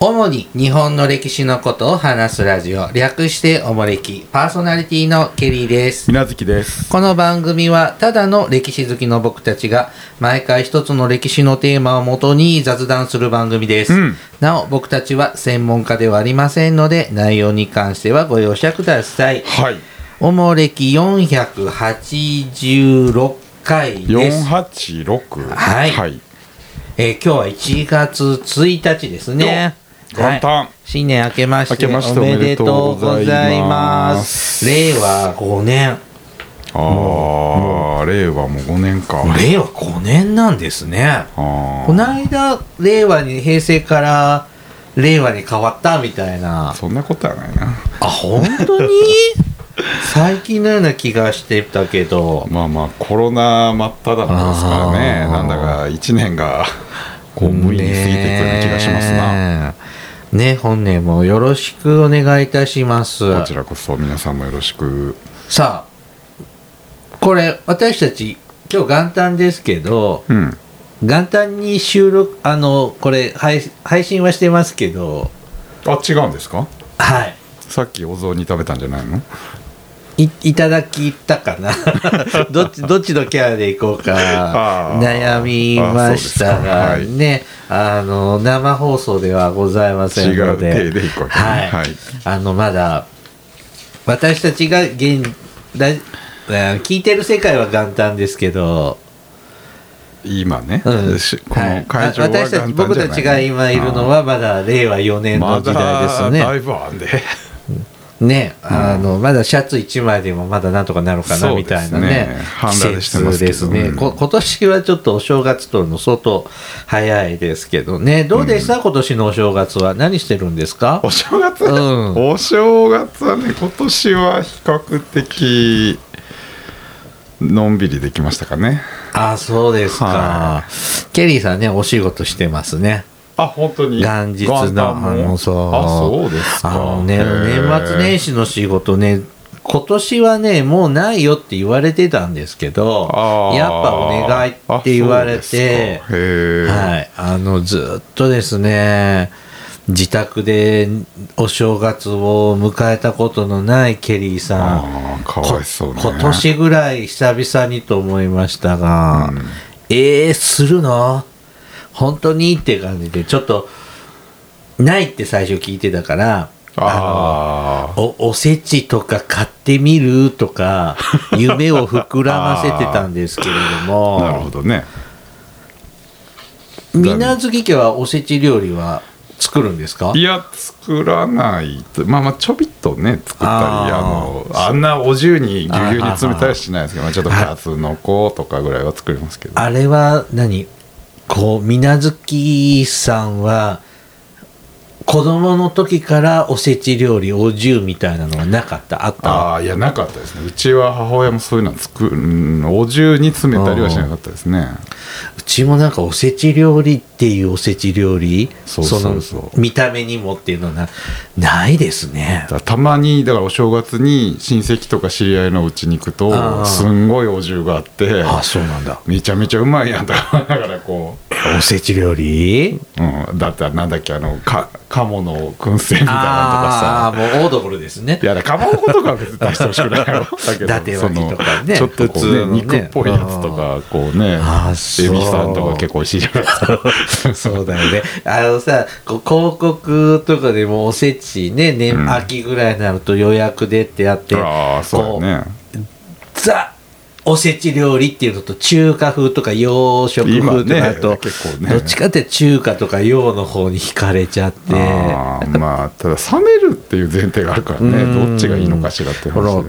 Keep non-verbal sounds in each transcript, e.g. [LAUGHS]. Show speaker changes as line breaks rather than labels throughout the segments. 日本の歴史のことを話すラジオ略しておもれきパーソナリティのケリーです
みなずきです。
この番組はただの歴史好きの僕たちが毎回一つの歴史のテーマをもとに雑談する番組です、
うん
なお僕たちは専門家ではありませんので内容に関してはご容赦ください
はい。
おもれき486回で
四
す、
八六。
はい
はい。
えー今日は1月1日ですね
よっ元旦
はい新年明けまして
明けまして
お
お
め
め
で
で
と
と
う
う
ご
ご
ざ
ざ
い
い
ま
ますす
令和5年
ああ、令和も五年か。
令和5年なんですね
あ
こないだ令和に平成から令和に変わったみたいな
あ。そんなことはないな。
あ本当に [LAUGHS] 最近のような気がしてたけど
まあまあ、コロナ真っ只中ですから
あ
ね。
ー
なんだか一年が。こう無意に過ぎていくような気がしますな。
ねえね本年もよろしくお願いいたします
こちらこそ、皆さんもよろしく。
さあこれ私たち今日元旦ですけど
うん。
元旦に収録あのこれ配配信はしてますけど
あ、違うんですか。
はい
さっきお雑煮食べたんじゃないの。
いいただきたか
[LAUGHS]
などっちどっちのキャラでいこうか
あー
悩みましたが
あそうですかはい
ねあの生放送ではございません
違
の
う
で
手でいこうかな
はい、
はい
あのまだ私たちが現ラジあ聞いてる世界は元旦ですけど、
今ね。
うん
しこ
は
の
い
会場は
あ私たち
元旦
僕
じゃない
たちが今いるのはまだ令和4年の
ま
時代です
だ
ね。
だいぶあんで。
ね、あの、まだシャツ一枚でもまだなんとかなるかな
そう
み
ですね
たいなね。
半裸でしてますけど
季節ですね、
うん
こ今年はちょっとお正月とるの相当早いですけどね。どうでした、今年のお正月は。何してるんですか
お正月、
うん
お正月はね今年は比較的のんびりできましたかね
あ、そうですか
は。
ケリーさんね、お仕事してますね。
あ本当に
元日の、
元
あ
旦も
の、そう。
あそうですか
あのね、
へー
年末年始の仕事ね、今年はね、もうないよって言われてたんですけど、
あー
やっぱお願いって言われ
あそうで
て
す、かへえ、
はい、あのずっとですね自宅でお正月を迎えたことのないケリーさん
ああかわいそうね
こ今年ぐらい久々にと思いましたが、
うん
えー、するの本当にって感じでちょっとないって最初聞いてたから
ああ
おおせちとか買ってみると
[LAUGHS]
か夢を膨らませてたんですけれども
なるほどね
水無月家はおせち料理は作るんですか
いや作らないとまあまあちょびっとね作ったりあ
あー
のあんなお重にぎゅうぎゅうに詰めたりはしないですけどまあ、ちょっと数の子とかぐらいは作りますけど
あれは何こう水無月さんは子供の時からおせち料理お重みたいなのはなかったあった
ああいやなかったですねうちは母親もそういうの作るうんお重に詰めたりはしなかったですね
うちもなんかおせち料理っていうおせち料理
そうそうそう
の見た目にもっていうのはなないですね
だからたまにだからお正月に親戚とか知り合いのうちに行く
あー
とすんごいお重があって
あそうなんだ
めちゃめちゃうまいやんとかだからこ
おせち料理
う、うん、だったらなんだっけあのか鴨の燻製みたいなのとかさ
ああーもうオードブルですね
いやだからかまぼことかは別に出してほしくないやろ [LAUGHS] だけど
だて巻きとかね
そのちょっと
普
こうね
通のね
肉っぽいやつとかこうね
あーそう
エビさんとか結構美味しいじゃないですか [LAUGHS]
そうだよね。あのさ、こう広告とかでもおせちね、年、
うん
秋ぐらいになると予約でってやって、
ああそうだね
こうザおせち料理っていうのと中華風とか洋食風とかだと、
今ね結構ね
どっちかって中華とか洋の方に惹かれちゃって。
あーまあただ冷めるっていう前提があるからね
うん
どっちがいいのかしらっていう
ほ
話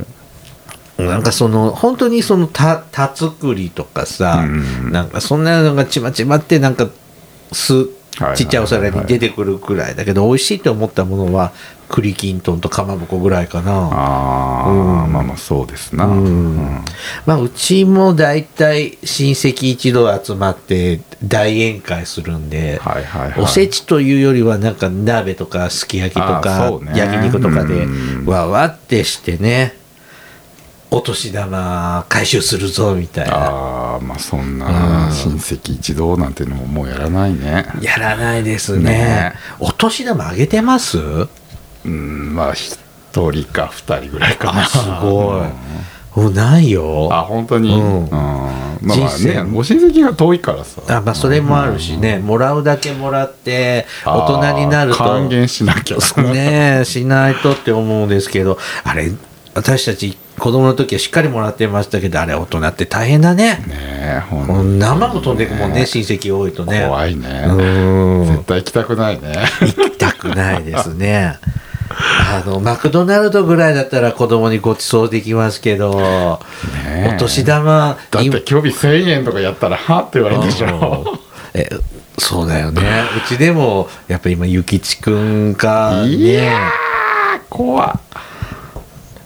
ら
で
なんかその本当にそのた田作りとかさ、
うん
なんかそんなのがちまちまってなんかす
はいはいはいはい
ちっちゃいお皿に出てくるくらいだけど美味しいと思ったものは栗きんとんとかまぼこぐらいかな
ああ、
うん
まあまあそうですな、
うん
うん
まあうちも大体親戚一同集まって大宴会するんで、
はいはいはい
おせちというよりはなんか鍋とかすき焼きと
あー
か
そうね
焼肉とかで
うん
わわってしてねお年玉回収するぞみたいな
ああまあそんな
うん
親戚一同なんてのももうやらないね
やらないですね
ね
お年玉あげてます
うんまあ一人か二人ぐらいかな
あすごいもうないよ
あ本当に、
うん
うんまあまあ
人生
ねご親戚が遠いからさ
あまあそれもあるしね、もらうだけもらって大人になると
あー還元しなきゃ [LAUGHS]
ねえしないとって思うんですけどあれ私たち子供の時はしっかりもらってましたけどあれ大人って大変だね
ねえほん
もう生も飛んでくもんね親戚多いとね
怖
い
いね
うん
絶対行きたくない
[LAUGHS]
ね
行きたくないですねあのマクドナルドぐらいだったら子供にご馳走できますけど、
ねえ
お年玉
だって
今
虚備1000円とかやったらはって言われるでしょ
えそうだよねうちでもやっぱ今諭吉くんか、ね、
いやー怖っ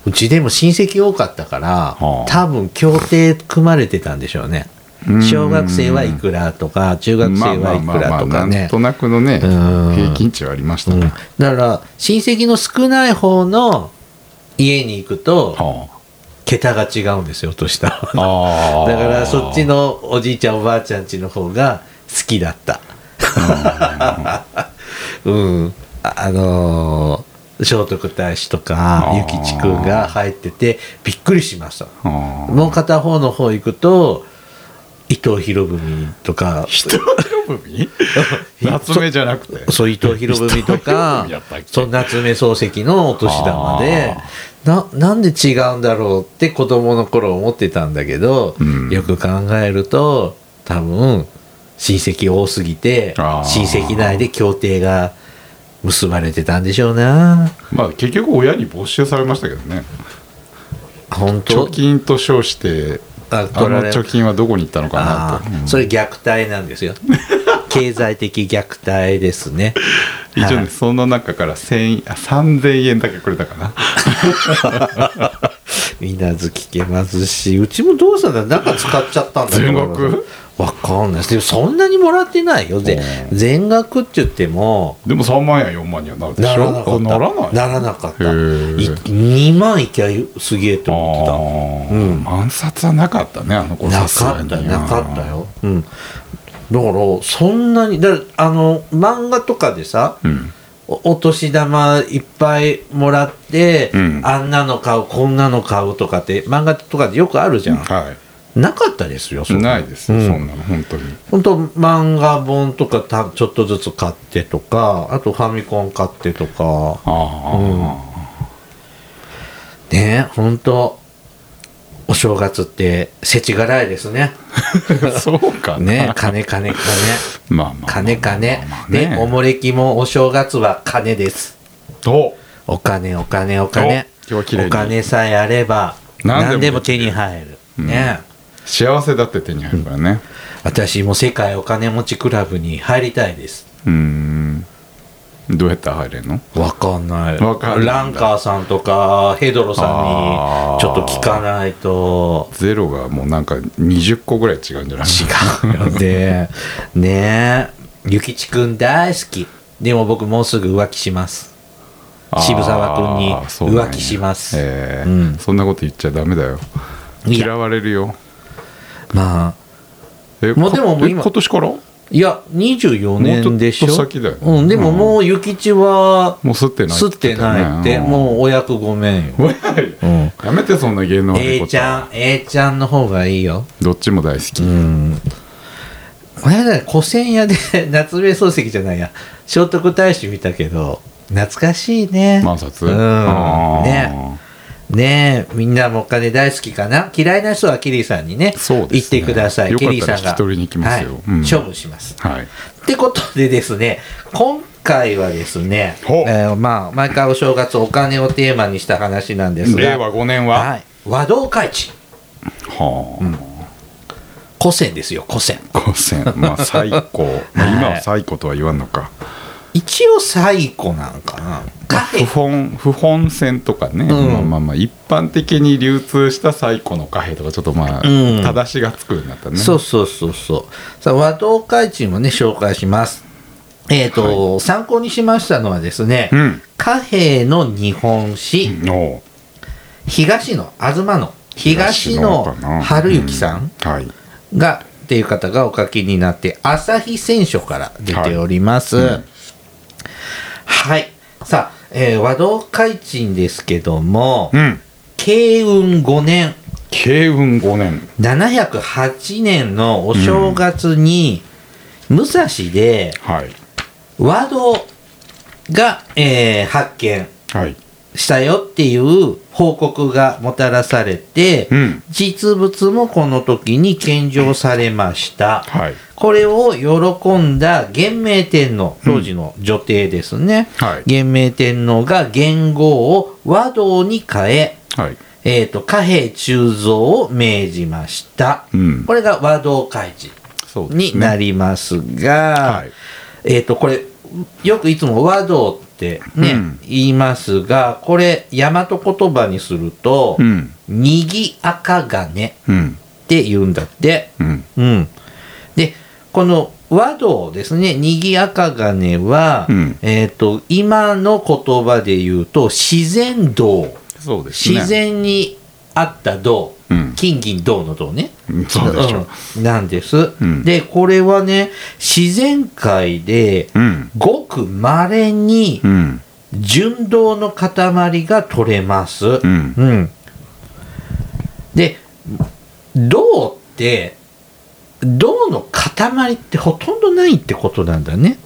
うちでも親戚多かったから、
はあ
多分協定組まれてたんでしょうね
うん
小学生はいくらとか中学生はいくらとか
なん
ね
となくのね
うん
平均値はありました
うん
ね
だから親戚の少ない方の家に行くと
は
桁が違うんですよ年下
ああー
[LAUGHS] だからそっちのおじいちゃんおばあちゃんちの方が好きだったうん、ああのー聖徳太子とか
あー
諭吉くんが入っててびっくりしました
あ
[LAUGHS]
ー
もう片方の方行くと伊藤博文とか
人の
[LAUGHS]
海 [LAUGHS] 夏目じゃなくて
そう伊藤博文とか
伊藤博文やったっけ
そう夏目漱石のお年玉で
あー
ななんで違うんだろうって子供の頃思ってたんだけど、
うん
よく考えると多分親戚多すぎて
あー
親戚内で協定が結ばれてたんでしょうな
まあ結局親に没収されましたけどね
本当
貯金と称して
あ
あ
取ら
の
れ
貯金はどこに行ったのか
あ
な
あ
と、うん
それ虐待なんです
[LAUGHS]
よ経済的虐待ですね
一応
は
ね
い
その中から1000あ3000円だけくれたかな
みなず聞けますしうちもどうしたんだなんか使っちゃったんだ
全額
思いますわかんないですでもそんなにもらってないよぜ
う
全額って言っても
でも3万や4万にはなるで
な
し
らなか
ょ
った
ならない
ならなかった
へ
い
ー
2万いきゃすげえと思
あ
う
ー
ん
万札はなかったねあの
ってた
頃
な
さす
か
が
っ
に
たなかったようんだからそんなにだからあの漫画とかでさ、
うん
おお年玉いっぱいもらって、
うん
あんなの買うこんなの買うとかって漫画とかでよくあるじゃん、
は
なかったですよ
い
ん
ないです
う
よ、
ん
そんなの本当に
本当漫画本とかたちょっとずつ買ってとかあとファミコン買ってとか
あ
ね本当お正月って世知辛いですね
あ、 [LAUGHS] そうかな
ね金金金
まあまあ
金金
まあまあね
でおもれきもお正月は金です
お
お金お金お金
お今日は綺麗に
お金さえあれば何
何
で
で
も
も
手
できる
に入る、
うん
ね
幸せだって手に入るからね
私も世界お金持ちクラブに入りたいです
うーんどうやって入れんの
わかんない
わかんない
ランカーさんとかヘドロさん
あ
に
ー
ちょっと聞かないと
ゼロがもうなんか20個ぐらい違うんじゃない
違うよ
[LAUGHS]
ねねえ諭吉くん大好きでも僕もうすぐ浮気します
あ
[LAUGHS]
ー
渋沢君に
そうなんや
浮気します
え
う
え
ん
そんなこと言っちゃダメだよ
いや
嫌われるよ
まあ
え
もうでももう
こえ
今
今年からも
いや24年でしょ
もうちょっと先だよね
うん、でももう諭吉は
う吸ってない
吸ってないって、
う
もうお役ごめんよ。うん。
やめてそんな芸能の
A
こ
ち
と
ゃん
は、
A ちゃんの方がいいよ。
どっちも大好き
うん。これだ、古戦屋で [LAUGHS] 夏目漱石じゃないや、聖徳太子見たけど、懐かしいね。
万札
うん。ね。
あ
ねえ、みんなもお金大好きかな嫌いな人はキリーさんにね、
そうですね
言ってください。
よ
キ
かったら
リーさんが。
引き取りに来ますよ
はい
うん
勝負します。
ーはい
ってことでですね、今回はですね、
ほう
えーまあ、毎回お正月お金をテーマにした話なんですが、
令和5年は
はい、和道開地、
はあ
古銭ですよ、古銭。
五千まあ最高まあ今は最高とは言わんのか
一応最古なんかな。貨
不
幣
本不本線とかね、
ん
まあまあまあ一般的に流通した最古の貨幣とかちょっとまあ、
うん
正しがつくようになったね
そうそうそうそう。さあ、和道開地もね、紹介します。えっ、と、参考にしましたのはですね、
うん
貨幣の日本史、
おう
東の東野東野春之さん
うはい
が、っていう方がお書きになって朝日選書から出ておりますはい、さあ、えー和道開珍ですけども、
うん
慶雲5年
慶雲5年
708年のお正月に、武蔵で
はい
和道が、えー発見
はい
したよっていう報告がもたらされて、
うん
実物もこの時に献上されました、
はい
これを喜んだ元明天皇当時の女帝ですね、
はい
元明天皇が元号を和道に変え
はい
えー、と貨幣鋳造を命じました、
うん
これが和道開示
そうですね
になりますが
はい
えー、とこれよくいつも和道ってね、
うん
言いますがこれ大和言葉にすると
うん
「にぎ赤金」っ
うん
て言うんだって。
うん
うん、でこの和道ですね「にぎやか金は」
うん
えー、と今の言葉で言うと自然道
そうですね
自然にあった道、
うん
金銀銅の銅ね
うんそうでしょ
うんなんです、
うん
でこれはね自然界で
うん
ごくまれに
うん
純銅の塊が取れます、
うん
うん、で銅って銅の塊ってほとんどないってことなんだね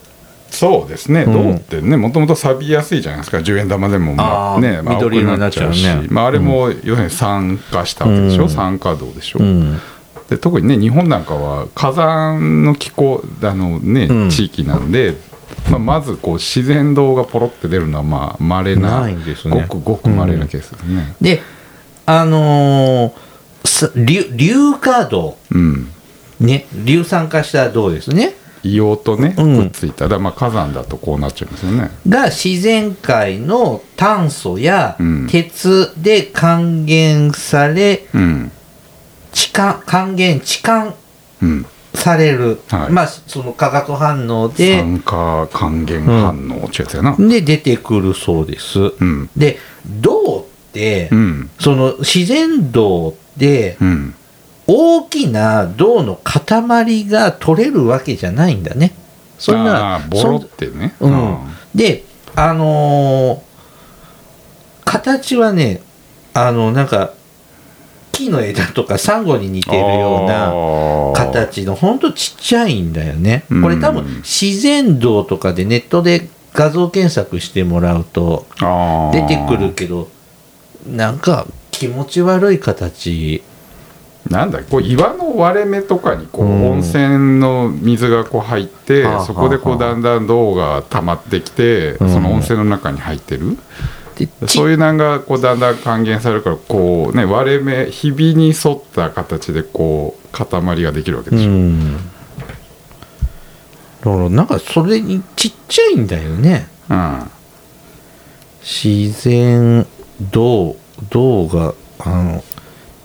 そうですね、
うん
銅ってねもともと錆びやすいじゃないですか10円玉でも、ま
あー
あね、まあ
緑色になっちゃうね
青くなしまあ、あれも要するに酸化したわけでしょ、
うん
酸化銅でしょ、
うん
で特にね日本なんかは火山の気候あの、ね
うん
地域なんで、まあ、まずこう自然銅がポロって出るのはまあ稀な
ないですね
ごくごくまれなケースですね。
であのーさ硫硫化銅
うん
ね硫酸化した銅ですね
硫黄とね
うん
くっついたら、まあ、火山だとこうなっちゃいますよね。
が自然界の炭素や
うん
鉄で還元され
うん
置換還元置換
うん、
される、
はい
まあその化学反応で
酸化還元反応ってやつやな。
で出てくるそうです、
うん
で銅って、
うん
その自然銅って
うん
大きな銅の塊が取れるわけじゃないんだねそんな
あーボロってね。
そんう
あ
んであのー形はねあのなんか木の枝とかサンゴに似
ー
てるような
あー
形のほんとちっちゃいんだよね
うん
これ多分自然道とかでネットで画像検索してもらうと
あ
出
ー
てくるけどなんか気持ち悪い形
なんだこう岩の割れ目とかにこう、
うん
温泉の水がこう入って、
はあはあ
そこでこうだんだん銅が溜まってきて、
ん
その温泉の中に入ってる、
でち
そういうなんがこうだんだん還元されるからこう、ね、割れ目ひびに沿った形でこう塊ができるわけ
う
でしょ、
んだからなんかそれにちっちゃいんだよね
うん
自然銅銅があの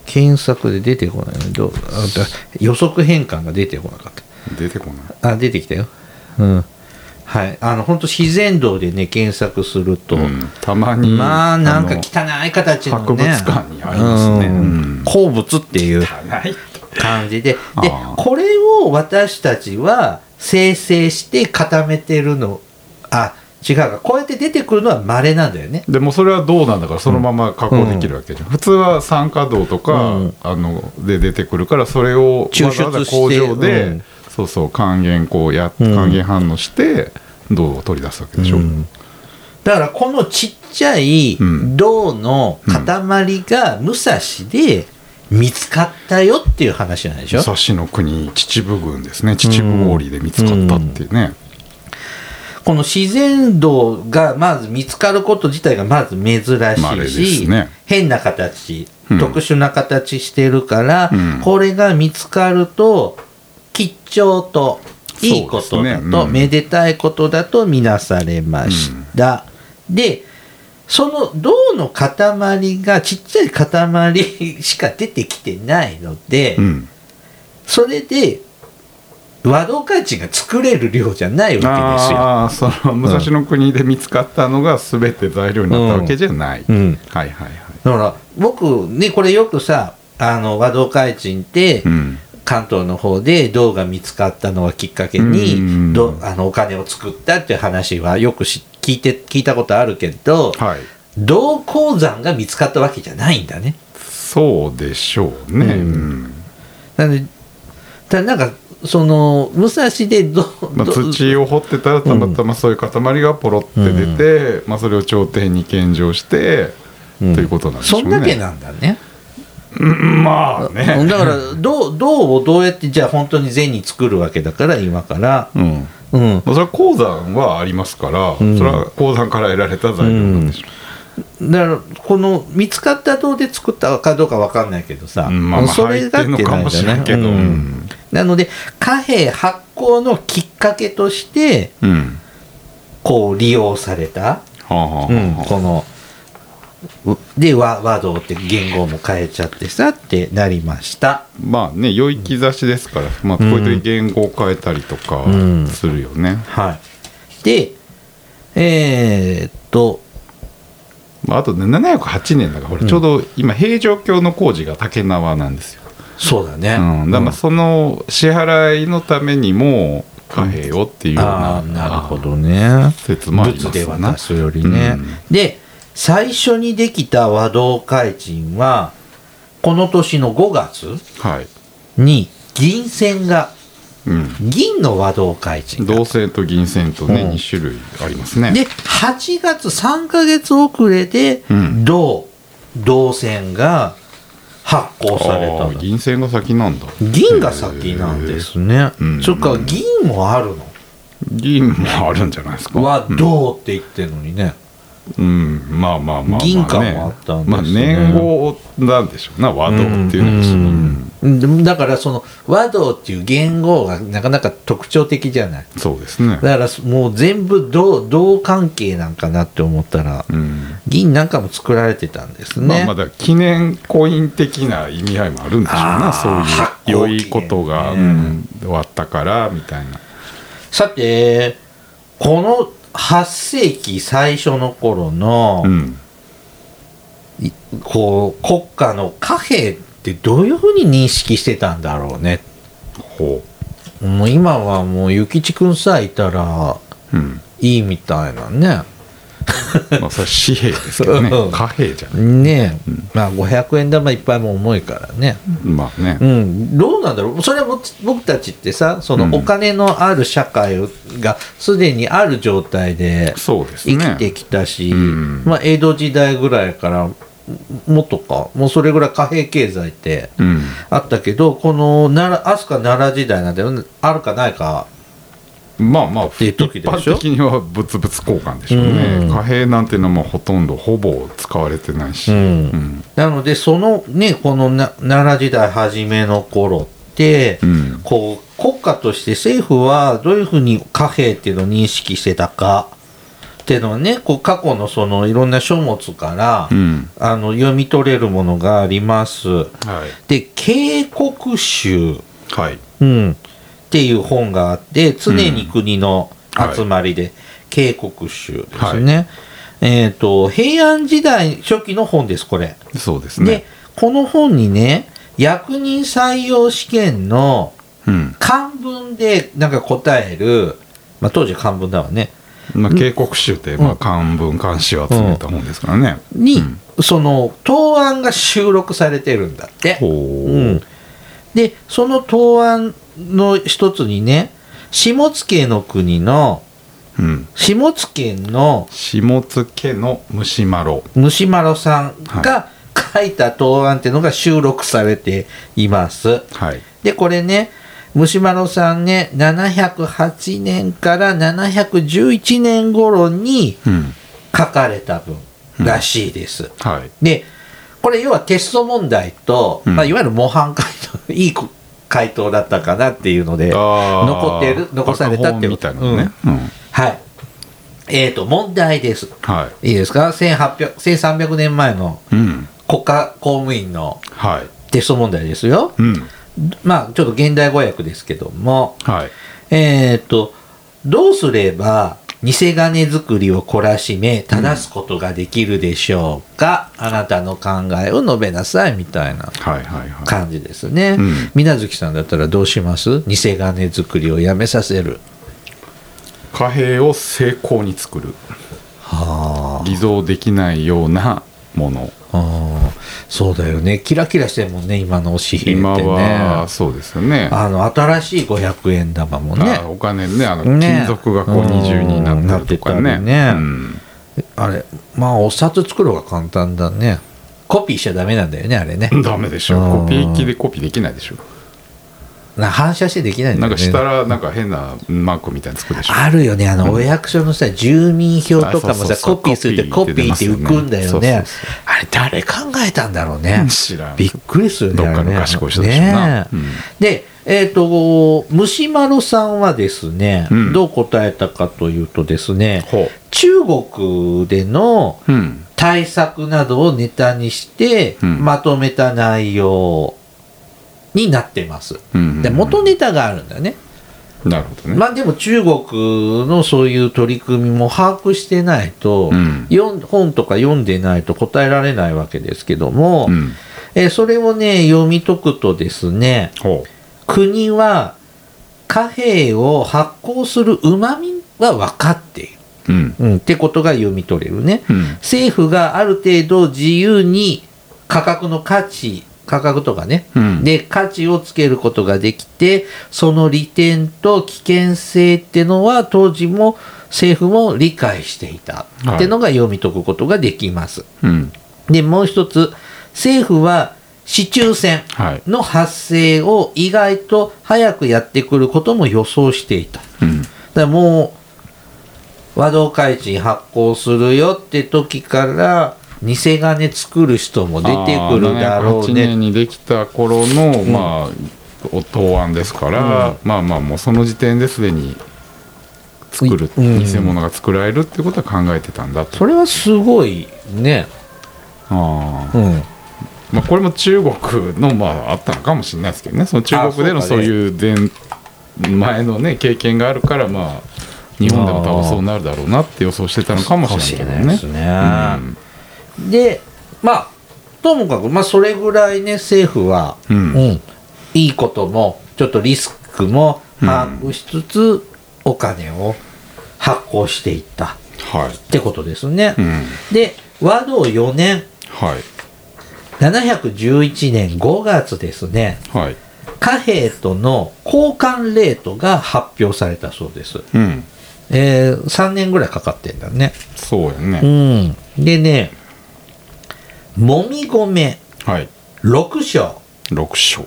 検索で出てこないね銅あだ予測変換が出てこなかった
出てこない
あ出てきたようんはいあの本当自然道でね検索すると、
うんたまに
まあなんか
の
汚い形のね
博物館にありますね
うん
うん
鉱物っていう
汚い
感じでで
あー
これを私たちは生成して固めてるのあ違うかこうやって出てくるのは稀なんだよね
でもそれは銅なんだからそのまま加工できるわけじゃん、普通は酸化銅とか、
うん
あので出てくるからそれを
抽出
わざわざ工場で、
してうん
そうそう還元こうや
うん
還元反応して銅を取り出すわけでしょ、
うんだからこのちっちゃい
うん
銅の塊が武蔵で見つかったよっていう話なんでしょ、
武蔵の国秩父郡ですね秩父郡で見つかったっていうね、
この自然道がまず見つかること自体がまず珍
まああれ
し
で
いし、
すね
変な形、
うん
特殊な形してるから、
うん
これが見つかると吉兆といいことだ
そうですね
と、
うん
めでたいことだと見なされました。でその銅の塊がちっちゃい塊しか出てきてないので、
うん
それで和道家賃が作れる量じゃないわけですよ。
ああその武蔵の国で見つかったのが全て材料になったわけじゃない、
うん
はいはいはい
だから僕ねこれよくさあの和道開珍って、
うん
関東の方で銅が見つかったのがきっかけに、
うんうんうん
どあのお金を作ったっていう話はよくし聞いて聞いたことあるけど、
はい
銅鉱山が見つかったわけじゃないんだね。
そうでしょうね、うん
なのでただなんかその武蔵で銅、
まあ、
銅
土を掘ってたらたまたまそういう塊がポロって出て、まあ、それを朝廷に献上して、
うん
ということなんでしょ
そ
うんね
だけなんだね。
うんまあね
だから銅銅をどうやってじゃあ本当に銭に作るわけだから今から。
うん
うん、
まあそれは鉱山はありますから、
ん
それは鉱山から得られた材料なんでしょ
だからこの見つかった銅で作ったかどうかわかんないけどさ、
うんまあまあ
それが
入ってんのかもしれんけど
ってなんだよねうんなので貨幣発行のきっかけとして
う。うん。
こう利用された、
はあ、はあ
うん
はあ
このうで和和銅って言語も変えちゃってさってなりました。
まあね、良い兆しですから、まあ、こういう時言語を変えたりとか
うん
するよね。
はい、でえー、っと
まあ、あとね、708年だから、ほら、ちょうど今、平城京の工事が竹縄なんですよ。
そうだね。
うん、だからその支払いのためにも貨幣をっていうような,、
ああーなるほどね。
説もあります
物
な
で渡すよりね、
うん
で最初にできた和道開珍はこの年の5月
はい、
に銀線が
うん、
銀の和道開珍が
銅線と銀線とね、
うん
二2種類ありますね
で8月3ヶ月遅れで
うん
銅、銅線が発行された
あ
の
ー銀線が先なんだ
銀が先なんで
へ
すね、
うん
そっか銀もあるの
ー銀もあるんじゃないですか
は銅って言ってるのにね、
うん、うんまあまあまあまあ、ね、
銀貨もあったんですね
まあ年号なんでしょうな和銅っていうのはうん
うんうんだからその和道っていう言語がなかなか特徴的じゃない
そうですね
だからそもう全部銅銅関係なんかなって思ったら
うん
銀なんかも作られてたんですね、
まあ、まだ記念コイン的な意味合いもあるんでしょう
あ
な
ー
そういう良いことが、
発行
う
記念
ん、終わったからみたいな
さてこの8世紀最初の頃の、
うん
いこう国家の貨幣ってどういうふうに認識してたんだろうね
ほ
もう今はもう諭吉君さえいたら
う、うん
いいみたいなね
まあ、それは紙幣ですけどね
うん
貨幣じゃない
ねえ、まあ500円玉いっぱいも重いからね、
まあね、
うん、どうなんだろうそれは僕僕たちってさそ
うん
のお金のある社会がすでにある状態で
そうです
生
ね
きてきたし、
うん
まあ、江戸時代ぐらいからもっとかもうそれぐらい貨幣経済って
うん
あったけどこの奈良飛鳥奈良時代なんてあるかないか
まあまあ
ていう時でしょ
一般的には物々交換でしょうね、
うん
貨幣なんていうのはもうほとんどほぼ使われてないし、
うんなのでそのねこのな奈良時代初めの頃って、
うん
こう国家として政府はどういうふうに貨幣っていうのを認識してたかっていうのはねこう過去のそのいろんな書物から、
うん
あの読み取れるものがあります。
はい
で「警告集」
はい
うん、っていう本があって常に国の集まりで警告集ですね。えっ、と平安時代初期の本ですこれ。
そうですね
でこの本にね役人採用試験の
うん
漢文でなんか答える、まあ、当時は漢文だわね
まあ、警告集って、まあ、漢文漢詩を集めたもんですからね、
に、
うん
その答案が収録されてるんだって。
ほう、
うん、でその答案の一つにね下野の国の
うん
下野の
下津家の虫まろ
虫丸さんが書いた答案っていうのが収録されています。
はい
でこれね虫丸さんね708年から711年頃に
うん
書かれた文らしいです。
はい
でこれ要はテスト問題と、
うん
まあ、いわゆる模範解答いい回答だったかなっていうので、は残
残
ってる残されたっていう
みたいなのね、うん
いえー、と問題です
はい
いですか1800 1300年前の
いうん
国家公務員の
はい
テスト問題ですよ
うん
まあちょっと現代語訳ですけども
はい
えっ、とどうすれば偽金作りを懲らしめ正すことができるでしょうか、あなたの考えを述べなさいみたいな
はいはいはい
感じですね、
うん
水無月さんだったらどうします偽金作りをやめさせる
貨幣を成功に作る
は
偽造できないようなもの
ああそうだよねキラキラしてるもんね今の押し入れ
今
って
は
ね
そうですよね
あの新しい500円玉もね
あお金ねあの
ね
金属がこう二重になったりとか
うんな
ね
ってたりね
うん
あれまあお札作るのが簡単だねコピーしちゃダメなんだよねあれね
ダメでしょ
うん
コピー機でコピーできないでしょ
な反射してできないんだ
なん
よ
か
ね
したらなんか変なマークみたいなのつくでしょ
あるよねあのお役所のさ住民票とかも
あそうそう
さ
そう
コピーするってコ
コピ
ピ
ーって出
ー
ま
って
すよ
浮
ね
くんだよね
そうそう
あれ誰考えたんだろうね
知らん
びっくりするね
どっかの
あれね
賢い人でしょうな
ねえ
うん
でえっと虫丸さんはですね
うん
どう答えたかというとですね
ほ
中国での
ううん
対策などをネタにして、
うん
まとめた内容になってます。
うん
で元ネタがあるんだよね。
なるほどね
まあでも中国のそういう取り組みも把握してないと、
うん
読ん本とか読んでないと答えられないわけですけども、
うん
えーそれをね読み解くとですね
ほ
国は貨幣を発行するうまみは分かっている、
ううん
うん、ってことが読み取れるね。
うん
政府がある程度自由に価格の価値価格とかね、
うん
で価値をつけることができてその利点と危険性ってのは当時も政府も理解していた
はい
ってのが読み解くことができます。
うん
でもう一つ政府は市中線
はい
の発生を意外と早くやってくることも予想していた。
うん
だからもう和同開珎発行するよって時から偽金作る人も出てくるだろう
あー708
ね
年にできた頃の、まあお答案ですから、
うん
まあまあもうその時点ですでに作る、
うん
偽物が作られるってことは考えてたんだと、
それはすごいね、
あー
うん、
まあ、これも中国のまああったのかもしれないですけどねその中国での
あそ
そうう
かね
いう前前のね経験があるからまあ日本でも多分そうなるだろうなって予想してたのかもしれない
かも
で
し
す
れ
ね。
ないですねでまあともかく、まあ、それぐらいね政府は、
うん
いいこともちょっとリスクも把握しつつ、お金を発行していったっ
うんはい、
てことですね、
うん
で和道4年
はい
711年5月ですね
はい
貨幣との交換レートが発表されたそうです、
うん
えー3年ぐらいかかってんだね
そうや
う
ね、
んでねもみ米
はい
6章
六章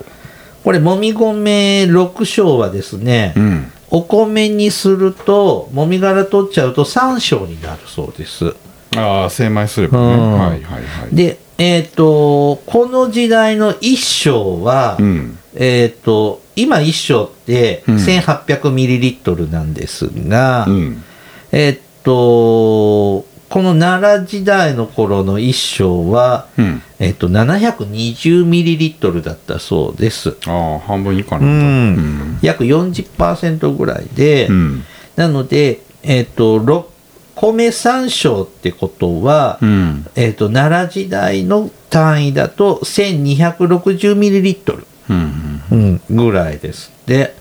これもみ米6章はですね、
うん
お米にするともみ殻取っちゃうと3章になるそうです
ああ精米すればね、
うん
はいはいはい
でえっ、とこの時代の1章は、
うん
えっ、と、今一升って
うん
1800ミリリットルなんですが、
うん
えっ、と、この奈良時代の頃の一升は、
うん
えっ、と、720ミリリットルだったそうです。
ああ半分以下
う
なんだ
ん。約40%ぐらいで、
うん
なので、えっ、と、6米3升ってことは、
うん
えっ、と、奈良時代の単位だと1260ミリリットル。
うん
うん、ぐらいですで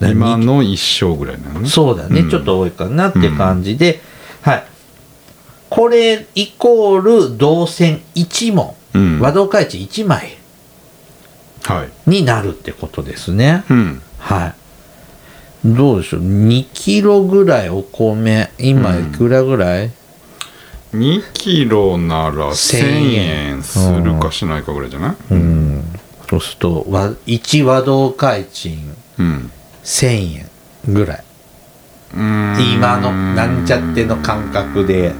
今の一章ぐらいなのね
そうだね、
うん
ちょっと多いかなって感じで、はいこれイコール銅線1問、
うん
和銅開地1枚
はい
になるってことですね、
うん
はいどうでしょう2キロぐらいお米今いくらぐらい、
二キロなら
千
千
円
円するかしないかぐらいじゃない
うん、そうすると和1和銅開地
うん
1000円ぐらい
うん
今のなんちゃっての感覚で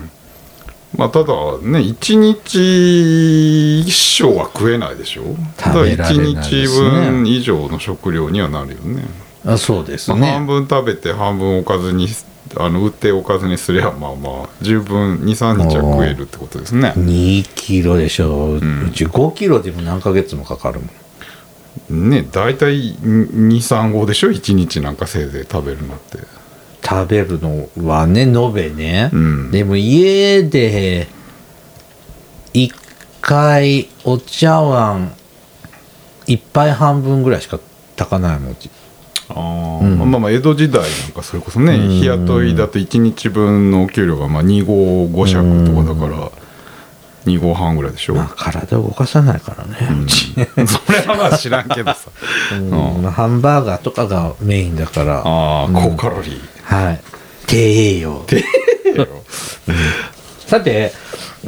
まあただね一日一章は食えないでしょ
食べられない
だから一
で
日
すね
分以上の食料にはなるよね
あそうです
まあ半
ね。
分食べて半分おかずにあの売っておかずにすればまあまあ十分23日は食えるってことですね
2キロでしょう、
ん
うち5キロでも何ヶ月もかかるもん
ね大体23合でしょ1日なんかせいぜい食べるのって
食べるのはね延べね、
うん
でも家で一回お茶碗一杯半分ぐらいしか炊かないもんうち
ああ、
うん
まあまあ江戸時代なんかそれこそね、
うん
日雇いだと1日分のお給料がまあ2合5尺とかだから2合半ぐらいでしょ、う、
まあ体を動かさないからね、うんち
[LAUGHS] それはまあ知らんけどさ
うんまあハンバーガーとかがメインだから
[LAUGHS] ああ
うん
高カロリー
はい低栄養
だよ
さて、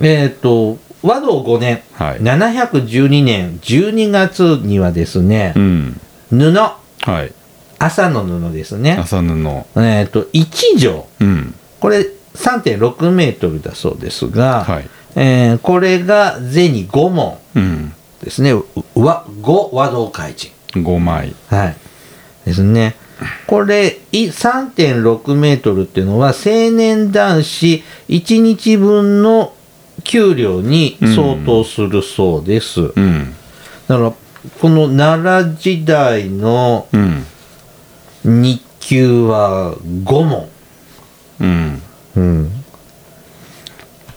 えっ、と、和道5年、
はい
712年12月にはですね
う、ん
布、
はい
朝の布ですね。
朝布
えっ、と、一畳、
うん
これ3.6メートルだそうですが、
はい
えーこれが銭5問
うん
ですね、う和5和道開人。
5枚
はい。ですね。これ、い3.6メートルっていうのは、青年男子1日分の給料に相当するそうです。
うん
だから、この奈良時代の
うん
日給は5問。
うん
うん。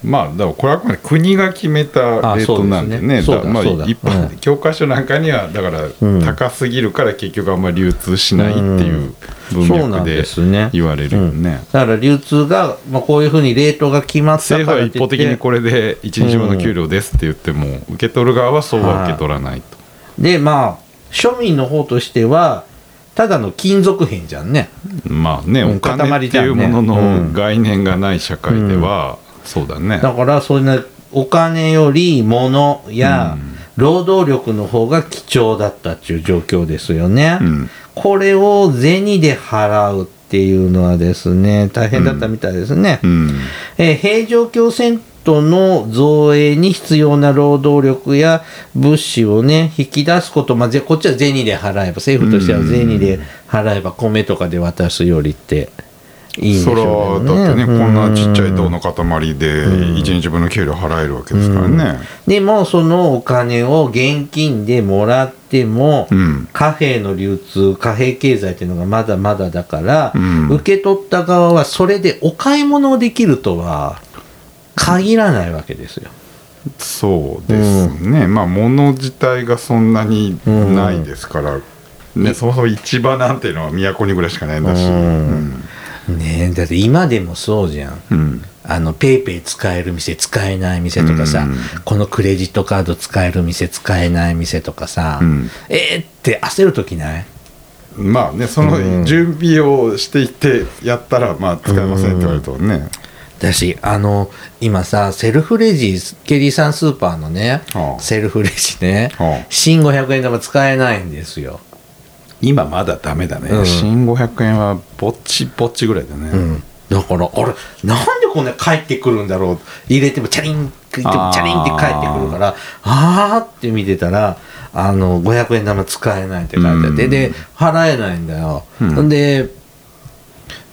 まあだからこれはあくまで国が決めた
あ
レートなんでね
そう
だ
ですねそうだ
まあ
そうだ
一般
う
で教科書なんかにはだから
うん
高すぎるから結局あんまり流通しないっていう文
そうな
脈
ん
で
ですね。
言われるよね。
だから流通が、まあ、こういうふうにレートが決まったから
政府は
って
一
言っ
方
て
的にこれで1日分の給料ですって言っても受け取る側はそうは受け取らないと。
でまあ庶民の方としてはただの金属片じゃんね
まあね
うん
お金っていうもの
塊じゃんねう
の
ん
概念がない社会ではそうだね。
だからそんなお金より物や労働力の方が貴重だったっていう状況ですよね、
うん
これを銭で払うっていうのはですね大変だったみたいですね、
うん
えー平城京戦闘の造営に必要な労働力や物資をね引き出すこと、まあ、ぜこっちは銭で払えば政府としては銭で払えば米とかで渡すよりっていいんでし
そら
ょうけど
だってね
ね。
こんなちっちゃい
うん
銅の塊で1日分の給料払えるわけですからね。
でもそのお金を現金でもらっても、
うん
貨幣の流通貨幣経済っていうのがまだまだだから、
うん
受け取った側はそれでお買い物をできるとは限らないわけですよ。
そうですね、まあ物自体がそんなにないですから、ね、そもそも市場なんていうのは都にぐらいしかないんだし、うん
ねえだって今でもそうじゃん。
うん
あのペイペイ使える店使えない店とかさ、
うん
このクレジットカード使える店使えない店とかさ、
うん
えーって焦るときない
まあねその準備をしていてやったらまあ使えませんって言われるとね、
だしあの今さセルフレジケリーさんスーパーのね、
はあ
セルフレジね、
はあ
新500円玉使えないんですよ、
今まだダメだね、
うん
新500円はぼっちぼっちぐらいだね、
うん、だからあれなんでこんな帰ってくるんだろう入れてもチャリンってチ
あー
ャリンって帰ってくるからあーって見てたらあの500円玉使えないって書いてあって
うん
で払えないんだよ、
うん
ん、で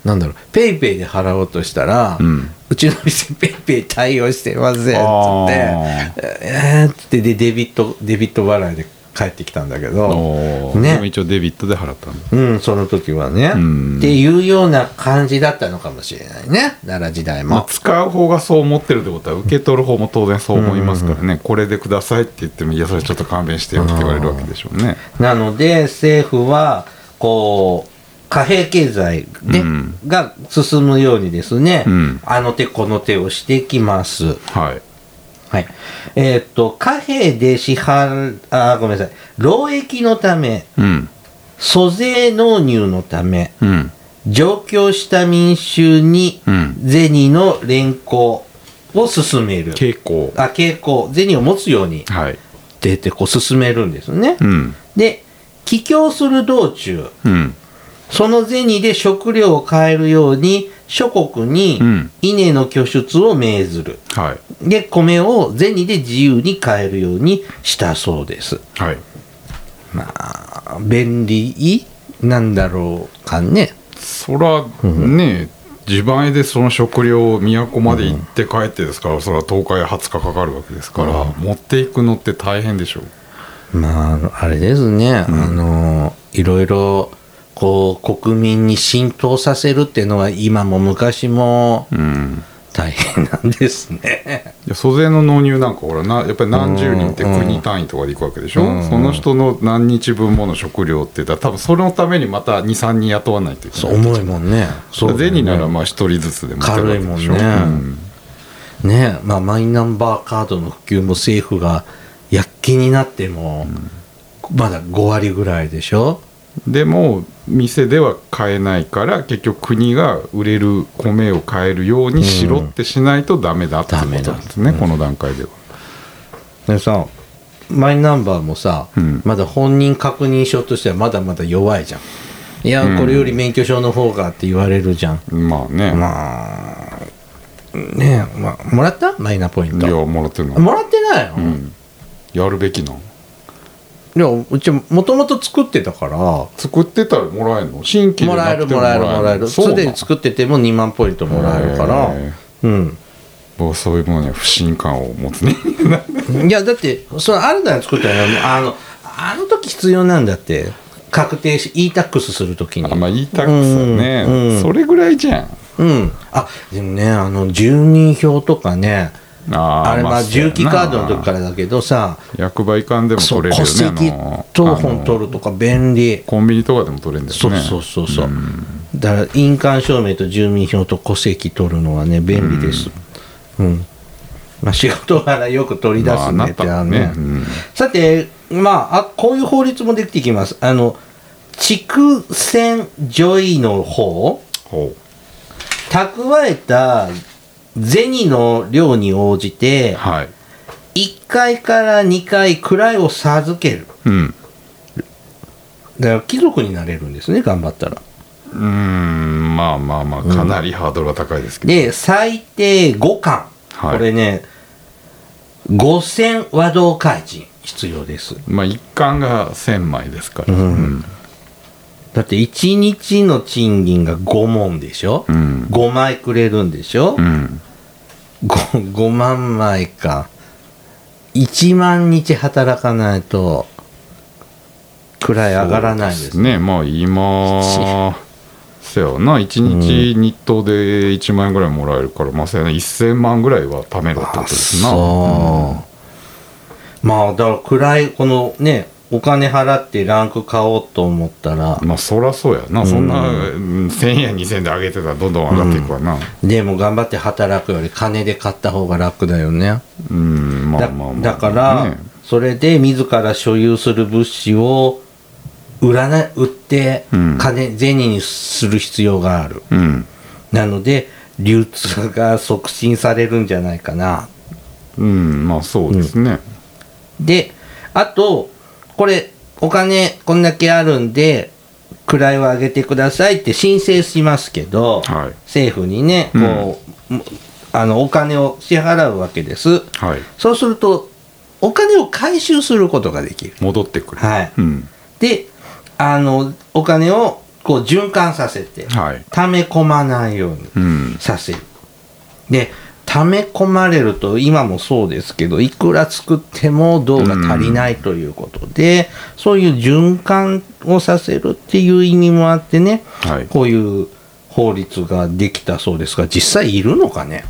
なんだろうペイペイで払おうとしたら、
う
うんちの店ペイペイ対応してませんっつって
あ
えーっつってでデビットデビット払いで帰ってきたんだけど
おー
ね
でも一応デビットで払ったの
うん、その時はね、
うん
っていうような感じだったのかもしれないね奈良時代も、
まあ、使う方がそう思ってるってことは受け取る方も当然そう思いますからね、これでくださいって言ってもいやそれちょっと勘弁してよって言われるわけでしょうね。
なので政府はこう貨幣経済、ね
うん
が進むようにですね、
うん
あの手この手をしてきます。
はい、
はい。えーっと、貨幣で支払、あー、ごめんなさい。労役のため、
うん
租税納入のため、
うん
上京した民衆に
うん
銭の連行を進める。
傾向
あ、傾向、銭を持つように、
はい
出てこう進めるんですね。
うん
で、帰郷する道中、
うん
その銭で食料を買えるように諸国に
うん
稲の拠出を命ずる。
はい
で、米を銭で自由に買えるようにしたそうです。
はい
まあ、便利なんだろうかね。
そらね、自前でその食料を都まで行って帰ってですから、そら10日や20日かかるわけですから、持っていくのって大変でしょう
まあ、あれですね、あの、いろいろこう国民に浸透させるっていうのは今も昔も
うん
大変なんですね。
いや租税の納入なんかほらなやっぱり何十人って国単位とかで行くわけでしょ、その人の何日分もの食料ってだ多分そのためにまた23人雇わないといけ
そ
な
う
い
重いもんね。そうだよね
銭ならまあ1人ずつでも
軽いもんね
うん
ねまあ、マイナンバーカードの普及も政府が躍起になっても、まだ5割ぐらいでしょ
でも店では買えないから結局国が売れる米を買えるようにしろってしないとダメだってことなんですね、この段階では。
でさマイナンバーもさ、
うん
まだ本人確認証としてはまだまだ弱いじゃんいや、これより免許証の方がって言われるじゃん
まあね、
まあねえ、まあ、もらったマイナポイン
いや
ト
もらってるの、
もらってないの、
うん、やるべきなん
いやうちもともと作ってたからも
作ってたらもらえるの新規で
ら
な
え
く
る
ても
も
も
らえ
らえる
るもらえる
そう
す
なの
でに作ってても2万ポイントもらえるから
へ
うん
僕はそういうものには不信感を持つね [LAUGHS]
いやだってそれあるなら作ったらあのあの時必要なんだって確定し e タックスする時に
あまあ e タックスはね、
うんうん
それぐらいじゃん
うん、あでもねあの住民票とかね
あー
あれまあ
そう
重
やな
機カードの時からだけどさ
役場移管でも
そう
取
戸
れるよね
籍
あの
謄
あ
本
の
取るとか便利
コンビニとかでも取れるんだ
そ
よ
う
ね
そうそうそう、だから印鑑証明と住民票と戸籍取るのはね便利ですうん、まあ、仕事柄よく取り出す
まあ
ね
な
っ
った
て
ら
ある
ね
ね,、
うん
さてまああこういう法律もできてきますあの畜産女医の方
ほ
蓄えた銭の量に応じ
う
て
はい
1回から2回位を授ける
うん
だから貴族になれるんですね頑張ったら
うーんまあまあまあかなりハードルは高いですけど、
で最低5巻、
はい
これね5000和道開人必要です
まあ一貫が1000枚ですから
んだって1日の賃金が5問でしょ、
うん
5枚くれるんでしょ、
うん、
5, 5万枚か1万日働かないと位上がらないんです
そうねまあ今せやな1日日当で1万円ぐらいもらえるから、まあせやな1000万ぐらいは貯めろってことですな
そう、まあだから位このねお金払ってランク買おうと思ったら
うんまあそらそうやなそんな、うん1000円2000円で上げてたらどんどん上がっていくわな
でも頑張って働くより金で買った方が楽だよね
うん、まあ
だ
まあまあ、
だから、
ね
それで自ら所有する物資を売らない売って
うん
金、銭にする必要がある
うん
なので流通が促進されるんじゃないかな
うんまあそうですね、
であとこれお金こんだけあるんで位を上げてくださいって申請しますけど、
はい
政府にねこう、もあのお金を支払うわけです
はい
そうするとお金を回収することができる
戻ってくる
はい
うん
であのお金をこう循環させて、
はい
溜め込まないように
うん
させるで溜め込まれると今もそうですけどいくら作っても銅が足りないということで、そういう循環をさせるっていう意味もあってね、
はい
こういう法律ができたそうですが実際いるのかね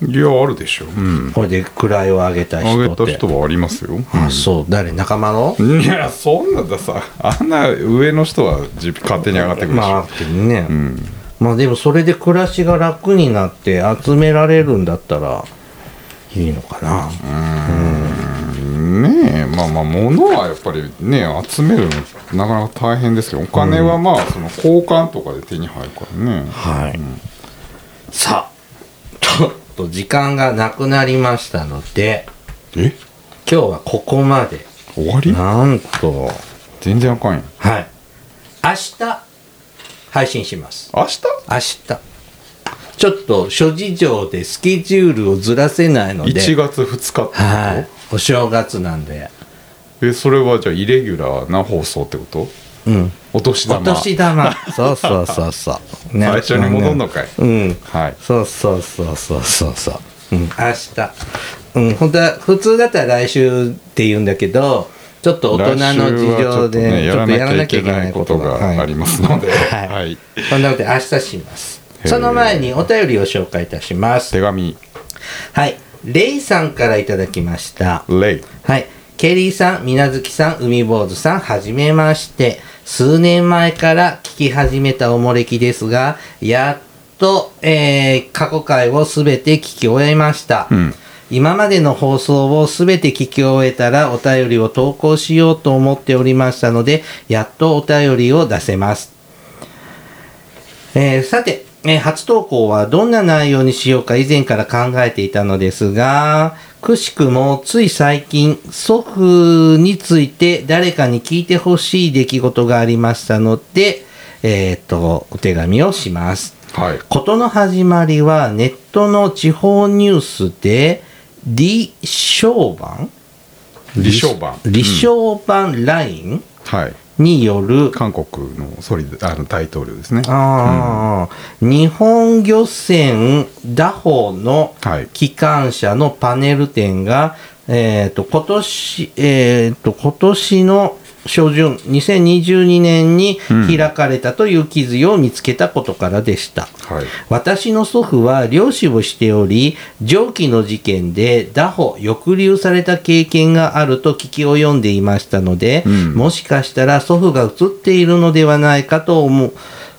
いやあるでしょ、うん、
これで位を上げた人って
上げた人はありますよ、うん
あそう誰仲間の
いやそんなださあんな上の人は自勝手に上がってくるでしょ、
まあね、
ん
まあでもそれで暮らしが楽になって集められるんだったらいいのかな、
ねえまあまあ物はやっぱりね集めるのなかなか大変ですけどお金はまあその交換とかで手に入るからね、
はい、さあちょっと時間がなくなりましたので
え
今日はここまで
終わり
なんと
全然あかんやん
はい明日配信します
明日
明日ちょっと諸事情でスケジュールをずらせないので
?1 月2日ってこと、
はいお正月なんで
えそれはじゃあイレギュラーな放送ってこと
うん
お年
お
玉
年玉。そうそうそうそう。ね
最初に戻んのかい
うん。
はい
そうそうそうそうそうそう。うん、明日。うん、本当は、普通だったら来週って言うんだけど、ちょっと大人の事情で、
来週
ちょっと
はちょっとね
やらなきゃいけないことが。
やらなきゃいけないことがありますので
はい。
は
はいい。そんなことで明日します
へ。ー
その前にお便りを紹介いたします
手。紙
はい。レイさんからいただきました。
レイ
はい。ケリーさん、みなずきさん、海坊主さん、はじめまして。数年前から聞き始めたおもれきですが、やっと、えー過去回をすべて聞き終えました。
うん
今までの放送をすべて聞き終えたらお便りを投稿しようと思っておりましたので、やっとお便りを出せます。えーさて、えー初投稿はどんな内容にしようか以前から考えていたのですが、くしくもつい最近、祖父について誰かに聞いてほしい出来事がありましたので、えーっと、お手紙をします。
はい
事の始まりはネットの地方ニュースで、李承晩
李承晩
李承晩ライン
はい
による、
韓国の総理あの大統領ですね
ああ、日本漁船打法の
はい
機関車のパネル展が、えっ、と、今年、えっ、と、今年の初旬、2022年に開かれたという記事を見つけたことからでした。
はい
私の祖父は漁師をしており、上記の事件で打捕、抑留された経験があると聞き及んでいましたので、
うん
もしかしたら祖父が映っているのではないかと思う、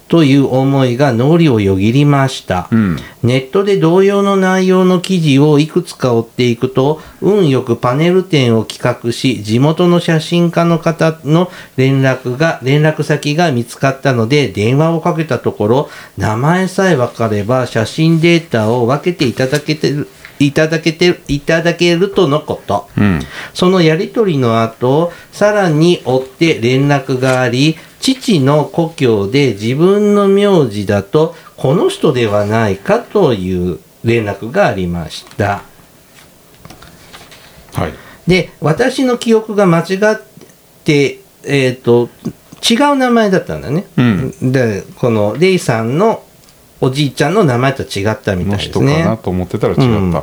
という思いが脳裏をよぎりました。
うん
ネットで同様の内容の記事をいくつか追っていくと、運よくパネル展を企画し、地元の写真家の方の連絡が、連絡先が見つかったので、電話をかけたところ、名前さえわかれば写真データを分けていただけてる、いただけてる、いただけるとのこと。
うん
そのやり取りの後、さらに追って連絡があり、父の故郷で自分の名字だと、この人ではないかという連絡がありました。
はい
で、私の記憶が間違って、えっ、と、違う名前だったんだね。
うん
で、このレイさんのおじいちゃんの名前と違ったみた
の
いですね。
人かなと思ってたら違ったうん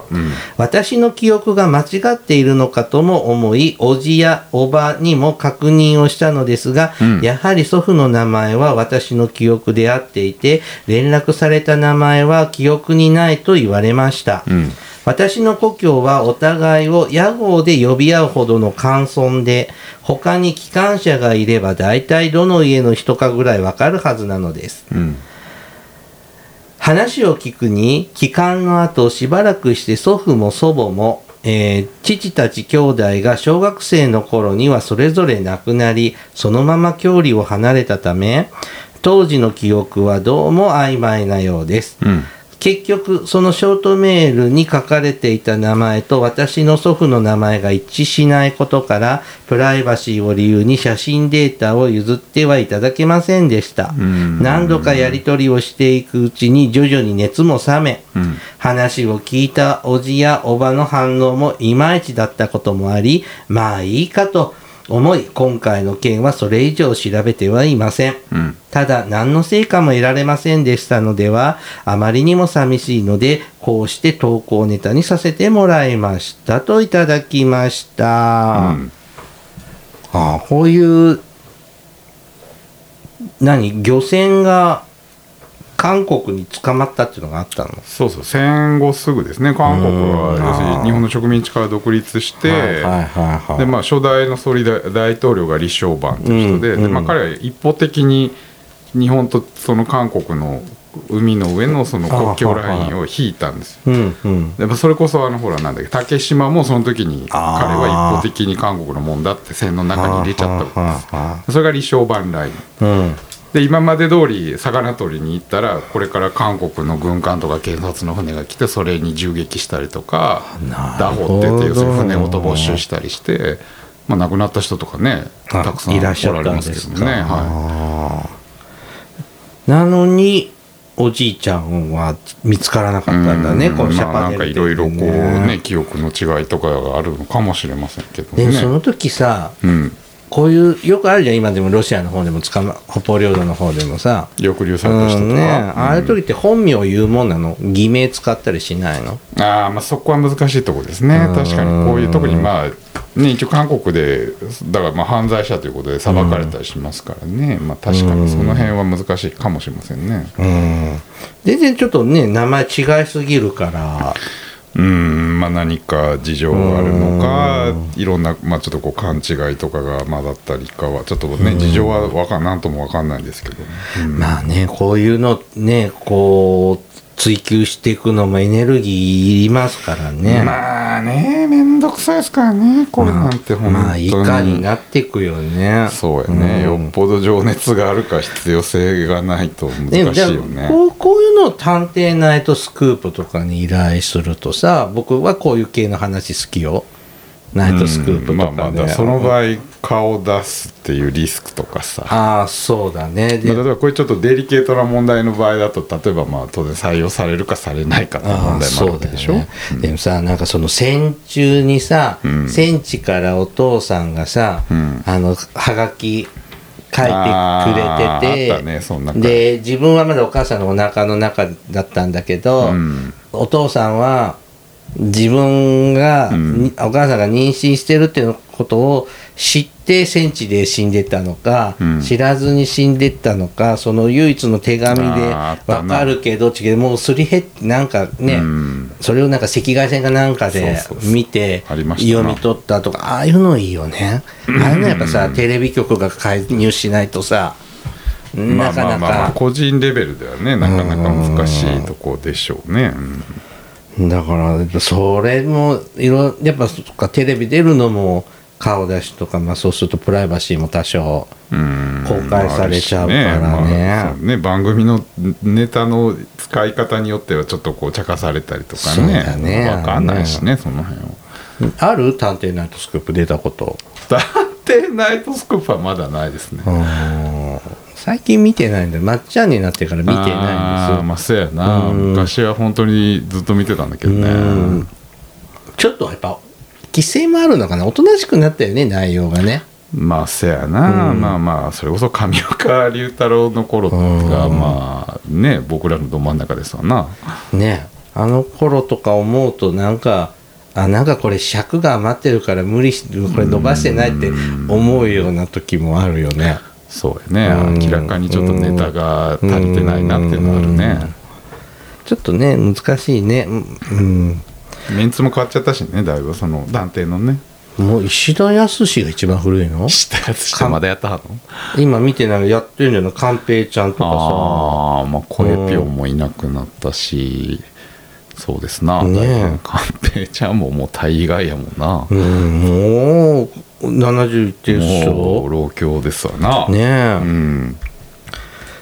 私の記憶が間違っているのかとも思い、おじやおばにも確認をしたのですが、
うん
やはり祖父の名前は私の記憶であっていて、連絡された名前は記憶にないと言われました。
うん
私の故郷はお互いを屋号で呼び合うほどの寒村で、他に機関車がいれば大体どの家の人かぐらいわかるはずなのです。
うん
話を聞くに帰還の後しばらくして祖父も祖母も、えー父たち兄弟が小学生の頃にはそれぞれ亡くなりそのまま郷里を離れたため当時の記憶はどうも曖昧なようです、
うん
結局そのショートメールに書かれていた名前と私の祖父の名前が一致しないことからプライバシーを理由に写真データを譲ってはいただけませんでした
ん
何度かやり取りをしていくうちに徐々に熱も冷め
うん
話を聞いたおじやおばの反応もいまいちだったこともありまあいいかと思い今回の件はそれ以上調べてはいません
うん
ただ何の成果も得られませんでしたのではあまりにも寂しいのでこうして投稿ネタにさせてもらいましたといただきました、
うん
ああこういう何漁船が韓国に捕まったっていうのがあったの
そうそう戦後すぐですね韓国は
うん
要するに日本の植民地から独立して、
はいはいはい
でまあ、初代の総理大大統領が李承晩という人で,、
うん
で
うん
まあ、彼は一方的に日本とその韓国の海の上のその国境ラインを引いたんですよ。
うんうん
でまあそれこそあのほらなんだっけ竹島もその時に彼
あー
は一方的に韓国のもんだって線の中に入れちゃったわ
た
けそれが李承晩ライン
うん
で今まで通り魚取りに行ったらこれから韓国の軍艦とか警察の船が来てそれに銃撃したりとか
な
ダ
る
ホ
ほど
って言って要するに船ごと没収したりして、まあ、亡くなった人とかね
あ
たくさん
いらっし
お
ゃ
ら
っ
れ
たん
ま
ですす
け
か
どもね、は
なのにおじいちゃんは見つからなか
い、
ったんだね
うん
このシャ
まあ
パ
な
ネ
んかい
ル
ろいろこう
展で
ね記憶の違いとかがあるのかもしれませんけど
で
ね
もその時さ
うん
こういうよくあるじゃん今でもロシアの方でも捕ま北方領土の方でもさ
抑留
う
された人とか、
んね
うん
ああいう時って本名を言うもんなの偽名使ったりしないの
あーまあそこは難しいところですね確かにこういう特にまあね、一応韓国でだからまあ犯罪者ということで裁かれたりしますからね、まあ、確かにその辺は難しいかもしれませんね。
うん、全然ちょっとね名前違いすぎるから
うんまあ、何か事情があるのかいろんな、まあ、ちょっとこう勘違いとかが混ざったりかはちょっとね事情はわかんなんとも分かんないですけど、うん
まあねこういうのねこう追求していくのもエネルギーいりますからね、
まあね面倒くさいですからねこれなんて本当に、
まあ以下になっていくよね
そうやね、
ん
よっぽど情熱があるか必要性がないと
ね
難しいよ
じゃあ
ね
こうこういうのを探偵ナイトスクープとかに依頼するとさ僕はこういう系の話好きよナイトスクープとかで、
うんまあまあだからその場合顔出すっていうリスクとかさ
ああそうだね
ま
で
あ例えばこれちょっとデリケートな問題の場合だと例えばまあ当然採用されるかされないかっていう問
ああ
題もある
そう
わけ
だ
で
よ
しょ、
ね、でもさなんかその戦中にさ、戦地からお父さんがさ、
ん
あのはがき書
あ
いてくれてて
ーあったねそんな感じ
で自分はまだお母さんのお腹の中だったんだけど、
ん
お父さんは自分が、
ん
にお母さんが妊娠してるっていうことを知って戦地で死んでったのか、
うん
知らずに死んでったのかその唯一の手紙で
あーあったな
分かるけど違うもうすり減ってなんかね、
うん
それをなんか赤外線かなんかで
そうそうそう
見て
ありましたな
読み取ったとかああいうのいいよね。ああいうのやっぱさテレビ局が介入しないとさ
ま
なかな
あまあまあまあ
か
個人レベルではねなかなか難しいとこでしょうね、うん
だからそれもいろやっぱそっかテレビ出るのも顔出しとか、まあ、そうするとプライバシーも多少
うん
公開されちゃうからね
まああるしねまあそうね番組のネタの使い方によってはちょっとこう茶化されたりとか
そう
ね
だね
分かんないしねその辺は。
ある探偵ナイトスクープ出たこと
探偵ナイトスクープはまだないですね。
最近見てないんだよまっちゃんになってから見てないん
あ
で
ー
す
まあそうやな、
うん
昔は本当にずっと見てたんだけどね、
うんよちょっとやっぱ規制もあるのかなおとなしくなったよね内容がね
まあせやな、まあまあそれこそ上岡龍太郎の頃が、
うん
まあね僕らのど真ん中ですわな
ねあの頃とか思うとなんかあなんかこれ尺が余ってるから無理してこれ伸ばしてないって思うような時もあるよね。
そうや
うん
ね明らかにちょっとネタが足りてないなっていうのはあるね、
ちょっとね難しいね、うん
メンツも変わっちゃったしねだいぶその断定のね
うん、もう石田康が一番古いの
したやつしてまだやったはんの
今見てないやってるんじゃない寛平ちゃんとか
ああまあ声ぴょんもいなくなったし、そうですな
ねえ
寛平ちゃんももう大概やもんな、
さ、うん、もう70いってるっし
もう
ょ
老朽ですわな、
ねえ、
うん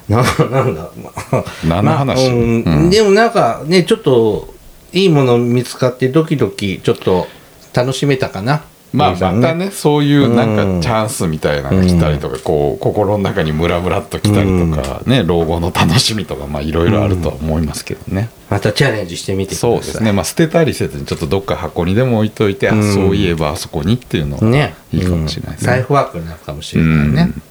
ななんだ、まあ、
何の話
まあうん
うん
でもなんかねちょっといいもの見つかってドキドキちょっと楽しめたかな
まあ
皆さん
またねそういうなん
う
か
ん
チャンスみたいなのが来たりとか、こう心の中にムラムラっと来たりとか、ね老後の楽しみとかまあいろいろあるとは思いますけどね、
またチャレンジしてみてください
そうですねまあ捨てたりせずにちょっとどっか箱にでも置いといて、あ
うん
そういえばあそこにっていうのは
ね
いいかもしれないです
うん財
ね、
布ワークになるかもしれないね、
うん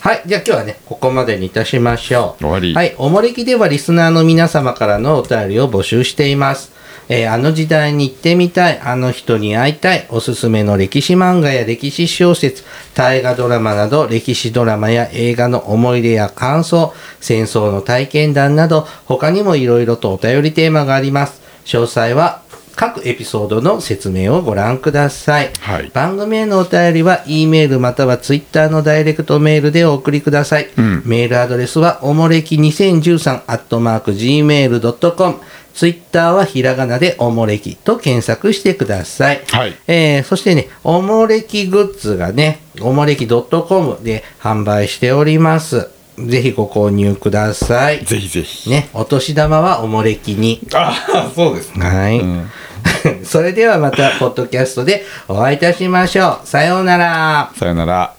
はい。じゃあ今日はね、ここまでにいたしましょう。
終わり
はい。おもれきではリスナーの皆様からのお便りを募集しています。えーあの時代に行ってみたい、あの人に会いたい、おすすめの歴史漫画や歴史小説、大河ドラマなど、歴史ドラマや映画の思い出や感想、戦争の体験談など、他にもいろいろとお便りテーマがあります。詳細は各エピソードの説明をご覧ください。
はい
番組へのお便りは E メールまたは Twitter のダイレクトメールでお送りください、メールアドレスはおもれき2013 gmail.com ツイッターはひらがなでおもれきと検索してください。
はい
えーそしてね、おもれきグッズがね、おもれき .com で販売しております。ぜひご購入ください。
ぜひぜひ
ね、お年玉はおもれきに。
ああそうですね
はい。 [LAUGHS] それではまた、ポッドキャストでお会いいたしましょう。さようなら。
さよなら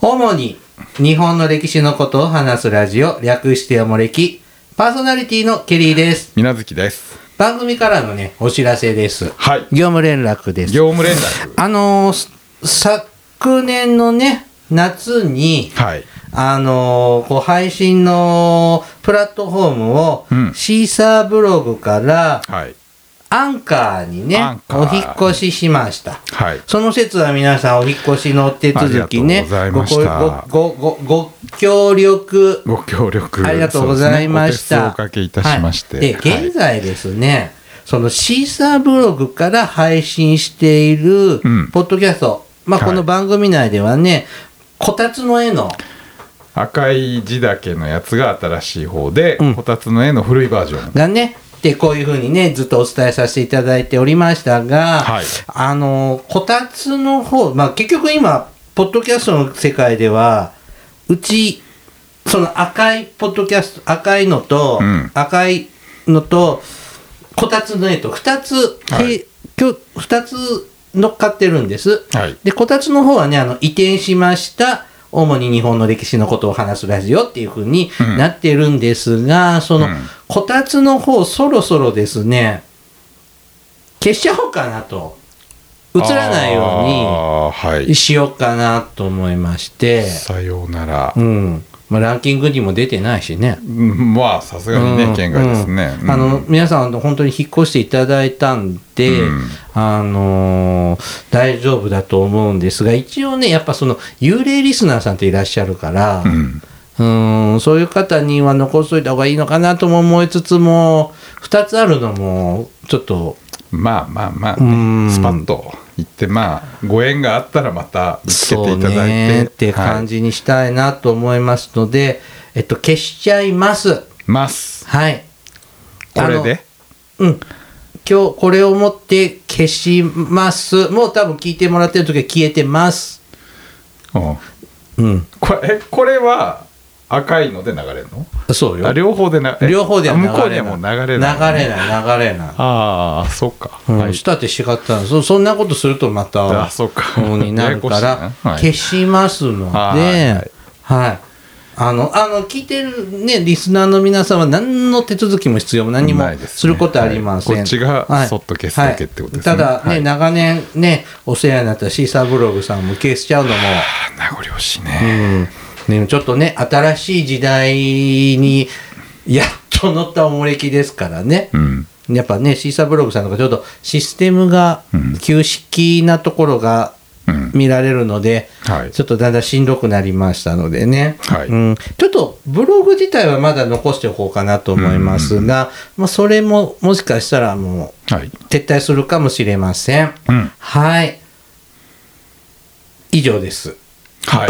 主に日本の歴史のことを話すラジオ、略しておもれき、パーソナリティのケリーです。
水月です
番組からのね、お知らせです。
はい
業務連絡です。
業務連絡
あのーす昨年のね、夏に、
はい
あのーこう配信のプラットフォームを、
うん
シーサーブログから
はい
アンカーにね
アンカ
お
ー
引っ越ししました。
はい
その説は皆さんお引っ越しの手続きね
ありがとうございました
ごごごごご協力
ご協力
ありがとうございまし
そうで
た。
すねお手数をおかけいたしまして、
はいで、
はい
現在ですね、そのシーサーブログから配信している
うん、
ポッドキャスト、まあ、
はい
この番組内ではね、こたつの絵の、
赤い字だけのやつが新しい方で、
うん
こたつの絵の古いバージョン
がね、で、こういうふうにね、ずっとお伝えさせていただいておりましたが、
はい
あの、こたつの方、まあ、結局今、ポッドキャストの世界では、うち、その赤いポッドキャスト、赤いのと、
うん
赤いのと、こたつの絵と2つ、
はい
へ今日2つ乗っかってるんです。
はい
で、こたつの方はね、あの、移転しました。主に日本の歴史のことを話すラジオっていうふうに
うん
なってるんですが、その、
うん
こたつの方、そろそろですね、消しちゃおうかなと。映らないよ
あーは
うに
い
しようかなと思いまして、
さようなら
う、ん。まあ、ランキングにも出てないしね。
うんまあさすがにね、
うん
県外ですね、
うんあの
うん
皆さん本当に引っ越していただいたんで、
うん
あのー大丈夫だと思うんですが一応ねやっぱその幽霊リスナーさんっていらっしゃるから、う、
うんん
そういう方には残しといた方がいいのかなとも思いつつも2つあるのもちょっと
まあまあまあ、
うん
ね、スパッと行ってまあご縁があったらまた見つけていただいて
そうねって感
じ
じにしたいなと思いますので、えっと消しちゃいます。
ます
はい
これで
うん。今日これを持って消します。もう多分聞いてもらってる時は消えてます。
うん
うん。
これえこれは赤いので流れるの
そう
あ
よ。
両方でなえ
両方では
あ
流れ
向
ない。
こうでも流れない
流れない、流れない。
ああそうか、
うん
はい
したって仕方ないそそんなことするとまた
あそうか
もうになるか
やや
ら
こしいなはい
消しますので、
は
はいいあのあの聞いてる、ね、リスナーの皆さんは何の手続きも必要も何も
ないですね
することはありません、
はいこっちが
はい
そっと消すだけってことですね
はいただね、
はい
長年ねお世話になったシーサーブログさんも消しちゃうのも、
あ名残惜しいうね、
んね、ちょっとね新しい時代にやっと乗ったおもれきですからね、
うん
やっぱね、シーサーブログさんとかちょっとシステムが
うん
旧式なところが
うん
見られるので、
はい
ちょっとだんだんしんどくなりましたのでね、
はい
うん、ちょっとブログ自体はまだ残しておこうかなと思いますが、まあ、それももしかしたらも
はいう
撤退するかもしれません。
うん
はい。以上です。
はい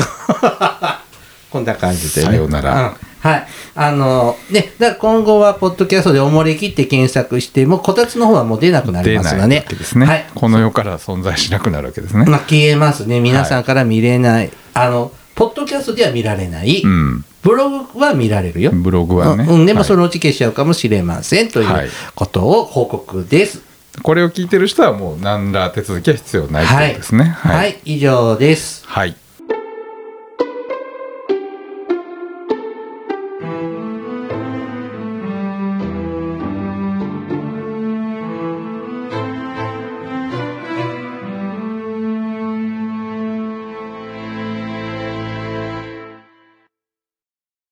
こんな感じで、ね。
さようなら
うんはい。あの、ね、だから今後は、ポッドキャストでおもれきって検索しても、こたつの方はもう出 [LAUGHS] なくなり
出
ます
な
が
い
ね。
わけですね、
はい。
この世から存在しなくなるわけですね、
まあ、消えますね。皆さんから見れない。あの、ポッドキャストでは見られない。
うん
ブログは見られるよ。
ブログはね、
うん、うんでも
はい
そのうち消しちゃうかもしれません、とい
は
う
い
ことを報告です。
これを聞いてる人はもう何ら手続きは必要ないということですね
はい、
はい、
はい、以上です。
はい